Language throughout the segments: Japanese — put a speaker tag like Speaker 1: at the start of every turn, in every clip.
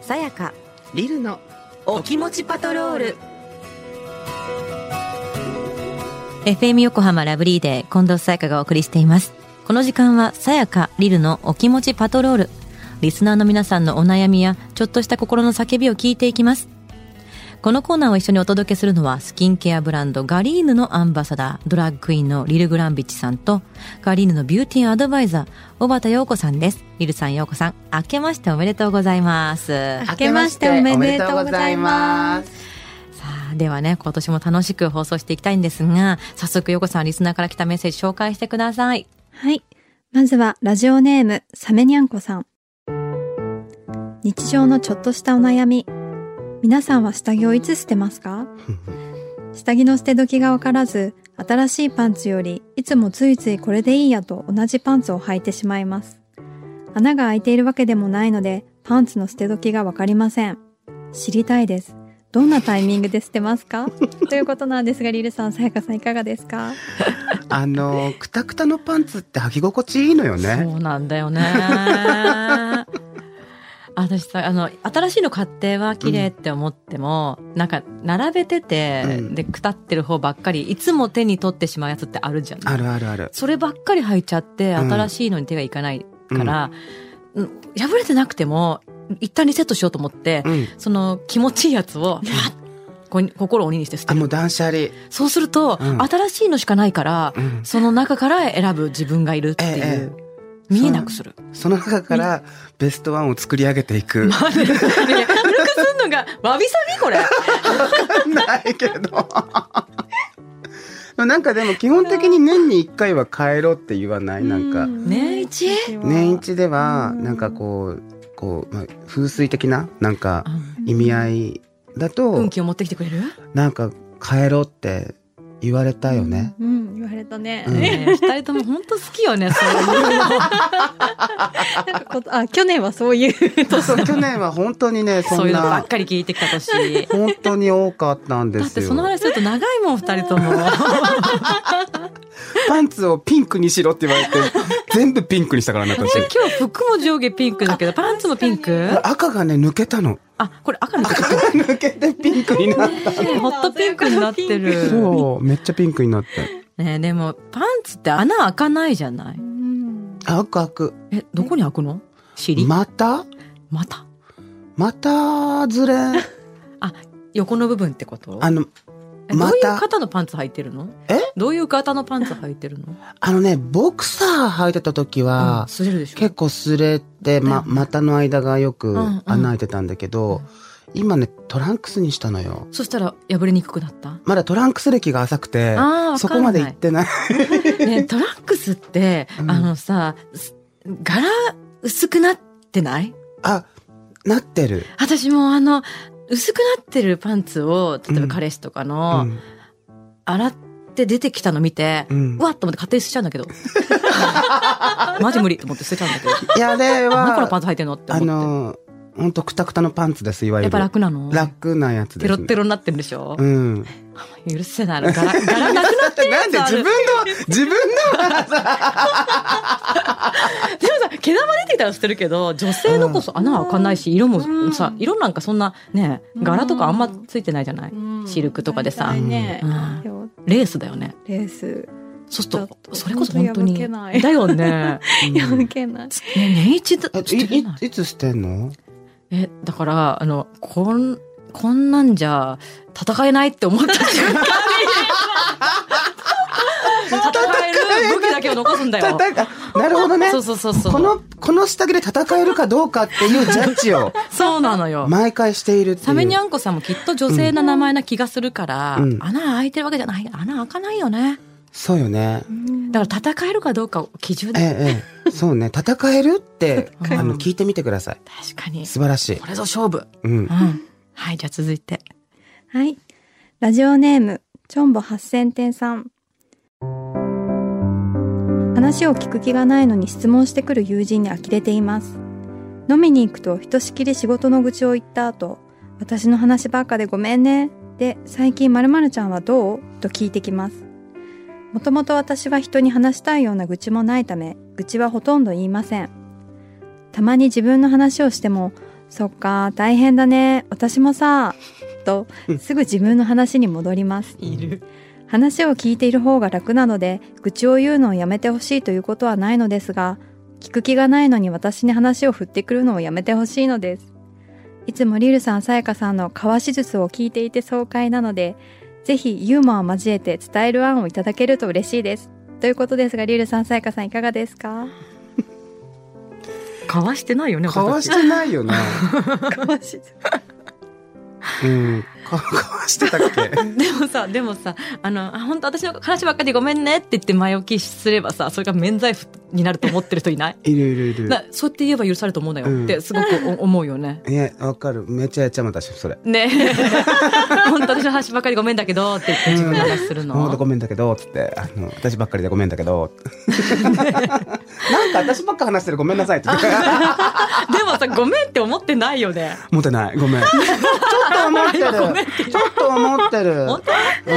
Speaker 1: さやか
Speaker 2: リルの
Speaker 1: お気持ちパトロール FM 横浜ラブリーデー近藤さやかがお送りしていますこの時間はさやかリルのお気持ちパトロールリスナーの皆さんのお悩みやちょっとした心の叫びを聞いていきますこのコーナーを一緒にお届けするのはスキンケアブランドガリーヌのアンバサダードラッグクイーンのリル・グランビッチさんとガリーヌのビューティーアドバイザー小畑陽子さんですリルさん陽子さん明けましておめでとうございます
Speaker 2: 明けましておめでとうございます
Speaker 1: さあではね今年も楽しく放送していきたいんですが早速陽子さんリスナーから来たメッセージ紹介してください
Speaker 3: はい。まずはラジオネーム、サメニャンコさん。日常のちょっとしたお悩み。皆さんは下着をいつ捨てますか下着の捨て時がわからず、新しいパンツよりいつもついついこれでいいやと同じパンツを履いてしまいます。穴が開いているわけでもないので、パンツの捨て時がわかりません。知りたいです。どんなタイミングで捨てま すかということなんですが、リルさん、さやかさんいかがですか
Speaker 2: あのくたくたのパンツって履き心地いいのよね
Speaker 1: そうなんだよ ねあ私さあの新しいの買っては綺麗って思っても、なんか並べてて、
Speaker 2: うん
Speaker 1: でくたってる方ばっかりいつも手に取ってしまうやつってあるじゃん
Speaker 2: あるあるある
Speaker 1: そればっかり履いちゃって
Speaker 2: うん
Speaker 1: 新しいのに手がいかないから、うん破れてなくても一旦リセットしようと思って、
Speaker 2: うん
Speaker 1: その気持ちいいやつを、こに心を鬼にして捨て
Speaker 2: あ
Speaker 1: る
Speaker 2: もう断捨離
Speaker 1: そうすると、
Speaker 2: うん
Speaker 1: 新しいのしかないから、
Speaker 2: うん
Speaker 1: その中から選ぶ自分がいるっていう、
Speaker 2: え
Speaker 1: 見えなくする。
Speaker 2: その中からベストワンを作り上げてい く
Speaker 1: ね古くすんのが、わびさびこれ。
Speaker 2: ないけどなんかでも基本的に年に1回は変えろって言わないなんか
Speaker 1: 年一
Speaker 2: 年一では
Speaker 3: うん
Speaker 2: なんかこうこう、まあ、風水的ななんか
Speaker 1: うん
Speaker 2: 意味合いだと
Speaker 1: 運気を持ってきてくれる、
Speaker 2: なんか変えろって言われたよね。
Speaker 3: うん、言われたね。
Speaker 2: うん
Speaker 1: ねえ二人とも本当好き よね、そういうの。
Speaker 3: なんかことあ去年はそういう
Speaker 2: そうそう去年は本当にねそ
Speaker 1: そうい
Speaker 2: ん
Speaker 1: うのばっ
Speaker 2: な
Speaker 1: かり聞いてきた年。
Speaker 2: 本当に多かったんで
Speaker 1: だっ
Speaker 2: す
Speaker 1: て
Speaker 2: よ
Speaker 1: その。話すると長いもん、二人 とも。
Speaker 2: パンツをピンクにしろって言 われて全部ピンクにしたからね私。
Speaker 1: 今日服も上下ピンクだけど、パンツもピンク
Speaker 2: 赤がね抜けたの。
Speaker 1: あ、これ赤の
Speaker 2: 赤が 抜けてピンクになっ
Speaker 1: ねえホットピンクになって
Speaker 2: た。
Speaker 1: る。
Speaker 2: そうめっちゃピンクになって。
Speaker 1: ねえでも、パンツって穴開かないじゃない
Speaker 2: あくあく。
Speaker 1: え、どこに開くの尻ま
Speaker 2: また
Speaker 1: た
Speaker 2: またずれ。
Speaker 1: 横の部分ってこと
Speaker 2: あの
Speaker 1: えどういう
Speaker 2: また
Speaker 1: 型のパンツ履いてるの
Speaker 2: え
Speaker 1: どういう型のパンツ履いてるの
Speaker 2: あのねボクサー履いてた時
Speaker 1: うん
Speaker 2: は。
Speaker 1: 擦れるでしょ
Speaker 2: 結構擦れて、ま、股の間がよく
Speaker 1: うんうん
Speaker 2: 穴開いてたんだけど、今ね、トランクスにしたのよ。
Speaker 1: そしたら破れにくくなった
Speaker 2: まだトランクス歴が浅くて
Speaker 1: あー、
Speaker 2: そこまで行ってない。
Speaker 1: ね、トラックスって、
Speaker 2: うん
Speaker 1: あのさ、す柄薄くなってない
Speaker 2: あ、なってる。
Speaker 1: 私もあの、薄くなってるパンツを、例え
Speaker 2: う
Speaker 1: ば
Speaker 2: ん
Speaker 1: 彼氏とか
Speaker 2: う
Speaker 1: の、
Speaker 2: ん。
Speaker 1: 洗って出てきたの見て、
Speaker 2: うん
Speaker 1: うわっと思って勝手に捨てちゃうんだけど。 マジ無理と思って捨てちゃうんだけど。
Speaker 2: いや、あれ
Speaker 1: 何このパ
Speaker 2: は
Speaker 1: ン、ツ履いてんのって
Speaker 2: あ
Speaker 1: 思っ
Speaker 2: の、ほんとくたくたのパンツです、いわ
Speaker 1: て。やっ
Speaker 2: ゆる。
Speaker 1: ぱ楽なの
Speaker 2: 楽なやつ
Speaker 1: テ
Speaker 2: です、
Speaker 1: ロ
Speaker 2: ね。
Speaker 1: ッテロになってるんでしょ、
Speaker 2: うん。
Speaker 1: 許せない。あの柄、柄なく なってるや
Speaker 2: なん
Speaker 1: つ
Speaker 2: で
Speaker 1: あ
Speaker 2: 自
Speaker 1: る
Speaker 2: 分。の、 自分のはさ、
Speaker 1: でもさ、毛玉出てきたら捨てるけど、女性のこそ穴は開かないし、色もさ
Speaker 3: う、ん
Speaker 1: 色なんかそんなね、柄とかあんまついてないじゃないシルクとかでさ
Speaker 3: 大体ね
Speaker 1: うん
Speaker 3: よ
Speaker 1: レースだよね。
Speaker 3: レース
Speaker 1: そうす
Speaker 3: ちょ
Speaker 1: る
Speaker 3: っ
Speaker 1: と、
Speaker 3: と
Speaker 1: それこそ本当に。
Speaker 3: 本当に破けない
Speaker 1: だよね。
Speaker 3: 破けな
Speaker 1: ね、
Speaker 3: い
Speaker 1: 年一だ、
Speaker 2: え
Speaker 1: 捨てれない
Speaker 2: いいいつしてんの
Speaker 1: え、だから、あの、こん、こんなんじゃ、戦えないって思った瞬間に。戦える武器だけを残すんだよ。
Speaker 2: たたなるほどね。
Speaker 1: そうそうそうそう。
Speaker 2: この、この下着で戦えるかどうかっていうジャッジを。
Speaker 1: そうなのよ。
Speaker 2: 毎回しているっていう
Speaker 1: サメニャンコさんもきっと女性な名前な気がするから、
Speaker 2: うん
Speaker 1: 穴開いてるわけじゃない。穴開かないよね。
Speaker 2: そうよね
Speaker 1: だから戦えるかどうかを基準
Speaker 2: え
Speaker 1: で。
Speaker 2: えええそうね戦えるって
Speaker 1: 戦える
Speaker 2: あの聞いてみてください
Speaker 1: 確かに。
Speaker 2: 素晴らしい
Speaker 1: これぞ勝負。
Speaker 2: うん
Speaker 1: うん。はい、じゃあ続いて。
Speaker 3: はいラジオネームチョンボ八千点さん話を聞く気がないのに質問してくる友人に呆れています飲みに行くとひとしきり仕事の愚痴を言った後私の話ばっかでごめんねで最近まるまるちゃんはどうと聞いてきますもともと私は人に話したいような愚痴もないため愚痴はほとんど言いませんたまに自分の話をしてもそっか大変だね私もさとすぐ自分の話に戻ります
Speaker 1: いる。
Speaker 3: 話を聞いている方が楽なので愚痴を言うのをやめてほしいということはないのですが聞く気がないのに私に話を振ってくるのをやめてほしいのですいつもリルさんさやかさんの川手術を聞いていて爽快なのでぜひユーモアを交えて伝える案をいただけると嬉しいですということですがリルさんさやかさんいかがですか
Speaker 1: かわしてないよね。
Speaker 2: かわしてないよね。
Speaker 3: 川手術
Speaker 2: うん。かかわしてたっけ
Speaker 1: でもさ、でもさ、あの、あ本当私の話ばっかりでごめんねって言って前置きすればさ、それが免罪符になると思ってる人いない
Speaker 2: いるいるいる。
Speaker 1: なそうやって言えば許されると思うんだよ、
Speaker 2: うん
Speaker 1: ってすごくお思うよね。
Speaker 2: いや、わかる。めっちゃやっちゃまたし、それ。
Speaker 1: ねえ本当私の話ばっかりごめんだけどって言って自分の話する
Speaker 2: ほんと
Speaker 1: の
Speaker 2: ご。めんだけど、つって、あの、私ばっかりでごめんだけど。 なんか私ばっか話してるごめん なさいって。
Speaker 1: でもさ、ごめんって思ってないよね。
Speaker 2: 持ってない。ごめん。ちょっと思って
Speaker 1: 今ごめんっ
Speaker 2: る。
Speaker 1: て言っ
Speaker 2: ちょっと思ってる。
Speaker 1: 本
Speaker 2: う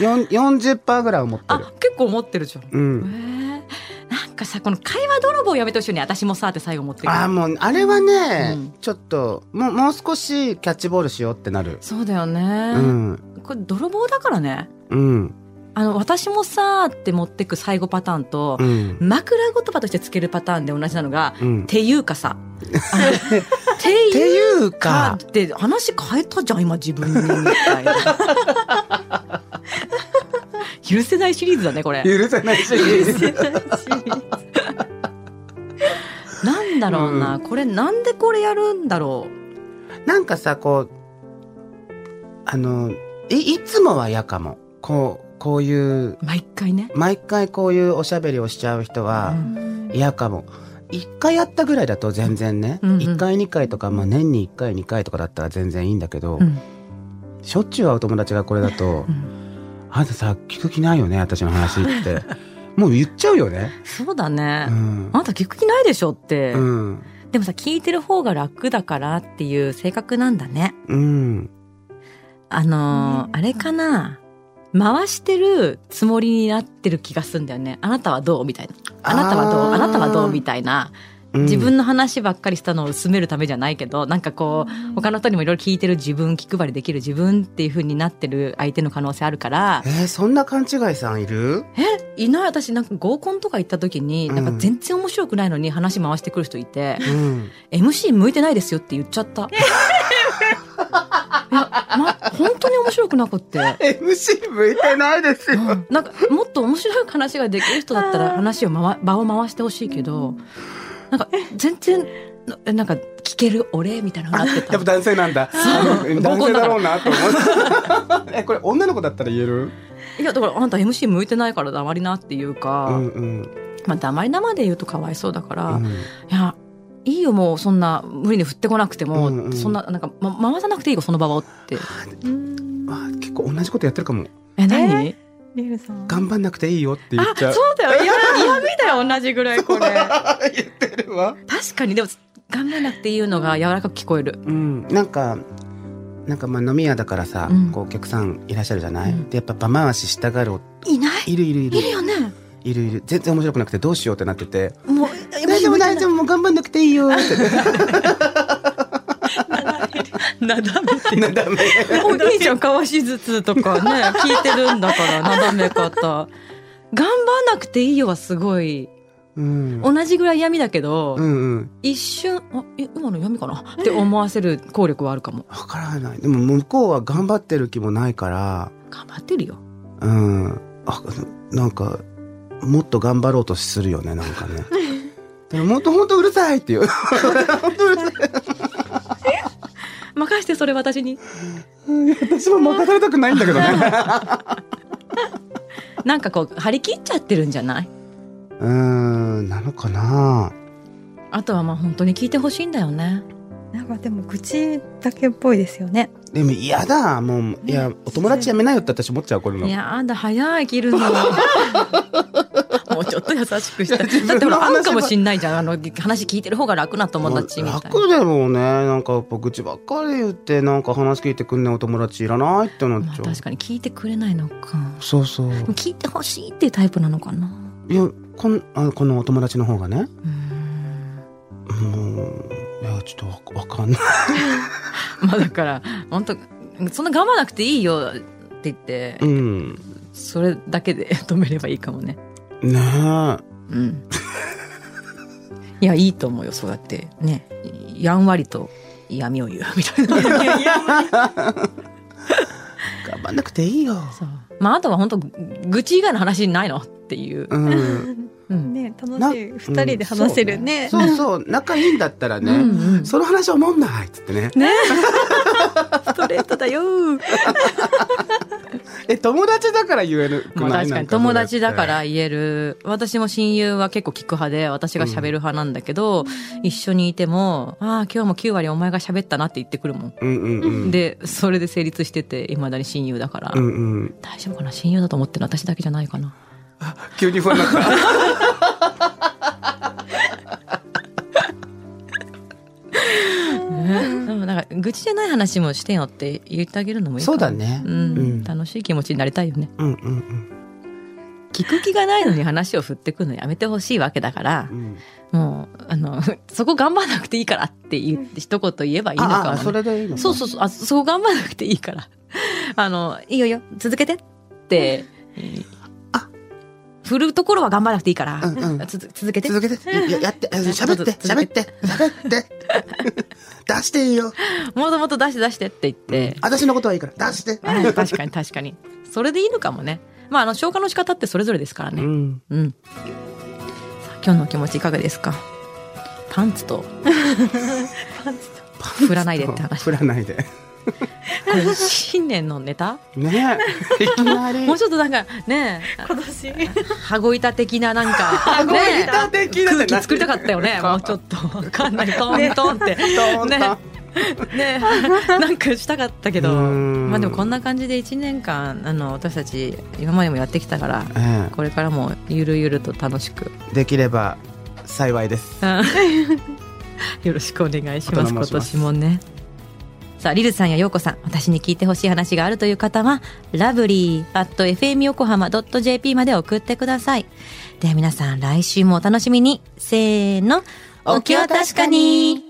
Speaker 2: ん。よん40%ぐらい思って
Speaker 1: た
Speaker 2: る。
Speaker 1: あ、結構思ってるじゃん。へ
Speaker 2: うん。
Speaker 1: えなんかさ、この会話泥棒やめてほしいよね。私もさって最後思ってる。
Speaker 2: あーもう、あれはね、
Speaker 1: うん
Speaker 2: ちょっと、もう、もう少しキャッチボールしようってなる。
Speaker 1: そうだよ
Speaker 2: う
Speaker 1: ね。
Speaker 2: ん。
Speaker 1: これ泥棒だからね。
Speaker 2: うん。
Speaker 1: あの、私もさーって持ってく最後パターンと
Speaker 2: う、ん。
Speaker 1: 枕言葉としてつけるパターンで同じなのが、
Speaker 2: うん。
Speaker 1: ていうか さ。あのて
Speaker 2: って
Speaker 1: いう
Speaker 2: いう
Speaker 1: か
Speaker 2: か、
Speaker 1: って話変えたじゃん、今自分に。みたいな 許せないシリーズだね、これ。
Speaker 2: 許せないし。
Speaker 1: なんだろうな、
Speaker 2: う
Speaker 1: これなんでこれやるんだろ
Speaker 2: なんかさ、こう、あの、い、いつもは嫌かも。こう、こういう、
Speaker 1: う。毎回ね。
Speaker 2: 毎回こういうおしゃべりをしちゃう人
Speaker 1: う
Speaker 2: は
Speaker 1: ん
Speaker 2: 嫌かも。一回やったぐらいだと全然ね。一、
Speaker 1: うんうん
Speaker 2: 回二回とか、まあ年に一回二回とかだったら全然いいんだけど、
Speaker 1: うん
Speaker 2: しょっちゅう会う友達がこれ だと、
Speaker 1: うん
Speaker 2: あんたさ、聞く気ないよね、私の 話って。もう言っちゃうよね。
Speaker 1: そうだ
Speaker 2: う
Speaker 1: ね。
Speaker 2: ん
Speaker 1: あ。なた聞く気ないでしょって。
Speaker 2: うん。
Speaker 1: でもさ、聞いてる方が楽だからっていう性格なんだね。
Speaker 2: うん。
Speaker 1: あのー
Speaker 3: うん
Speaker 1: あれかな。回してるつもりになってる気がするんだよね。あなたはどうみたいな。あなたはどうあなたはどうみたいな。
Speaker 2: うん
Speaker 1: 自分の話ばっかりしたのを薄めるためじゃないけど、なんかこう、他の人にもいろいろ聞いてる自分、気配りできる自分っていう風になってる相手の可能性あるから、
Speaker 2: えーそんな勘違いさんいる
Speaker 1: いない私なんか合コンとか行った時に、
Speaker 2: うん
Speaker 1: なんか全然面白くないのに話回してくる人いて、
Speaker 2: うん。
Speaker 1: MC 向いてないですよって言っちゃった。いや、ま、本当に面白くなくって。
Speaker 2: MC 向いてないです
Speaker 1: う
Speaker 2: よ。
Speaker 1: んなんかもっと面白い話ができる人だったら話を回場を回してほしいけどなんか全然ななんか聞ける俺みたいなのになってた
Speaker 2: やっぱ男性なんだ。
Speaker 1: う
Speaker 2: 男性だろうなと思 って。え、これ女の子だったら言える
Speaker 1: いやだからあんた MC 向いてないから黙りなっていう
Speaker 2: う
Speaker 1: か、
Speaker 2: んうん。
Speaker 1: まあ、黙りなまで言うとかわいそうだから、
Speaker 2: う
Speaker 1: い
Speaker 2: ん
Speaker 1: やいいよもうそんな無理に振ってこなくても、
Speaker 2: うんうん
Speaker 1: そんななんか、ま、回さなくていいよその場をって
Speaker 2: あ結構同じことやってるかも。
Speaker 1: え何、
Speaker 3: リルさん
Speaker 2: 頑張んなくていいよって言っちゃう。
Speaker 1: うだよ嫌嫌味だよ同じぐらいこれ
Speaker 2: 言ってるわ。
Speaker 1: 確かにでも頑張らなくて言うのが柔らかく聞こえる
Speaker 2: うん。なんか、なんかまあ飲み屋だからさ、
Speaker 1: うん
Speaker 2: こうお客さんいらっしゃるじゃない、
Speaker 1: うん
Speaker 2: で、やっぱ場回ししたがるお。
Speaker 1: いない
Speaker 2: いるいるいる。
Speaker 1: いるよね
Speaker 2: いるいる。全然面白くなくてどうしようってなってて。
Speaker 1: もう
Speaker 2: 大丈夫大丈夫、もう頑張んなくていいよって。
Speaker 1: 夫なだめって
Speaker 2: ダメ。
Speaker 1: おいいじゃんかわしずつとかね聞いてるんだからなだめ方頑張んなくていいよはすごい
Speaker 2: うん。
Speaker 1: 同じぐらい闇だけど、
Speaker 2: うんうん。
Speaker 1: 一瞬あえ今の闇かなって思わせる効力はあるかも
Speaker 2: わからない。でも向こうは頑張ってる気もないから、
Speaker 1: 頑張ってるよ
Speaker 2: うん。あ、なんか、もっと頑張ろうとするよね、なんかね。でももっとほんとうるさいっていう。ほんとうるさい。
Speaker 1: 任してそれ私に
Speaker 2: うん私も任されたくないんだけどね。
Speaker 1: なんかこう張り切っちゃってるんじゃないう
Speaker 2: ーん、なのかな
Speaker 1: あとはまあ本当に聞いてほしいんだよね
Speaker 3: なんかでも愚痴だけっぽいですよね
Speaker 2: でも嫌だ、もう。いや、お友達やめないよって私思っちゃう、これの。
Speaker 1: いやーだ早い切 るのもうちょっと優しくしたい
Speaker 2: 自分の話は
Speaker 1: だってほら合うかもしんないじゃんあの話聞いてる方が楽な友達みたいな
Speaker 2: 楽でもね、なんか僕ちばっかり言って、なんか話聞いてくんねえお友達いらないってなっ
Speaker 1: まあ、
Speaker 2: ちゃう
Speaker 1: 確。かに聞いてくれないのか
Speaker 2: そうそう。
Speaker 1: 聞いてほしいっていうタイプなのかない
Speaker 2: や、こん、あこのお友達の方がね。
Speaker 1: うーん
Speaker 2: もういやちょっとわわかんない
Speaker 1: まあだから本当そんな頑張らなくていいよって言って、
Speaker 2: うん
Speaker 1: それだけで 止めればいいかもね
Speaker 2: ねえ
Speaker 1: うんいやいいと思うよそうやってねやんわりと闇を言うみたいな
Speaker 2: 頑張んなくていいよ
Speaker 1: そうまああとは本当愚痴以外の話ないのっていう、
Speaker 2: うん
Speaker 1: うん
Speaker 3: ね楽
Speaker 2: な
Speaker 3: しい二人で話せるね。
Speaker 2: そうそう仲いいんだったら
Speaker 1: う
Speaker 2: ね
Speaker 1: んうん
Speaker 2: その話おもんないっつってね
Speaker 3: ストレートだ よ。
Speaker 2: え友達だから言えるく
Speaker 1: まあ
Speaker 2: ない
Speaker 1: 確か
Speaker 2: なん
Speaker 1: に友達だか
Speaker 2: それって
Speaker 1: ら言える。私も親友は結構聞く派で、私が喋る派なんだけど、一緒にいても、ああ、今日も9割お前が喋ったなって言ってくるもん。
Speaker 2: うんうんうん
Speaker 1: で、それで成立してて、未だに親友だから。
Speaker 2: うんうん
Speaker 1: 大丈夫かな親友だと思ってるの私だけじゃないかな。
Speaker 2: 急に不安になった
Speaker 1: ねでもなんか、愚痴じゃない話もしてよって言ってあげるのもいいか
Speaker 2: そ
Speaker 1: も
Speaker 2: うだ。ね
Speaker 1: う
Speaker 2: うん
Speaker 1: ん。楽しい気持ちになりたいよね。
Speaker 2: うんうん
Speaker 1: 聞く気がないのに話を振ってくるのやめてほしいわけだから
Speaker 2: う、ん
Speaker 1: もう、あの、 そこ頑張らなくていいからって言って、一言言えばいいのか
Speaker 2: あ
Speaker 1: も
Speaker 2: あ
Speaker 1: ね
Speaker 2: それでいいの
Speaker 1: そうそうそう、あ、そこ頑張らなくていいから。 あの、いいよいいよ、続けてって。
Speaker 2: あ
Speaker 1: 振るところは頑張らなくていいから、
Speaker 2: うんうん
Speaker 1: つづ続けて。
Speaker 2: 続けてややってえ喋っ
Speaker 1: 続
Speaker 2: て喋
Speaker 1: け
Speaker 2: って喋って出していいよ
Speaker 1: もっともっと出して出してって言って。
Speaker 2: 私のことはいいから出し て
Speaker 1: うん確かに確かに。それでいいのかもね。まあ、あの、消化の仕方ってそれぞれですからね。
Speaker 2: ん
Speaker 1: うん。さあ今日のお気持ちいかがですかパンツ と振らないでって話
Speaker 2: 振らないで
Speaker 1: これ新年のネタ
Speaker 2: ねえいきなり
Speaker 1: もうちょっとなんかねえ
Speaker 3: 今年。
Speaker 1: 羽子板的ななんか 羽
Speaker 2: 子板的なって
Speaker 1: 空気作りたかったよねもうちょっとわかんないトントンって
Speaker 2: トントン
Speaker 1: ねねなんかしたかったけど
Speaker 2: うん
Speaker 1: まあでもこんな感じで1年間あの私たち今までもやってきたから
Speaker 2: え
Speaker 1: これからもゆるゆると楽しく
Speaker 2: えできれば幸いです
Speaker 1: うんよろしくお願いします
Speaker 2: 大
Speaker 1: 今
Speaker 2: 人もします
Speaker 1: 年もねさあリルさんやようこさん私に聞いてほしい話があるという方はラブリー at fm 横浜 .jp まで送ってくださいでは皆さん来週もお楽しみにせーのお気を確かに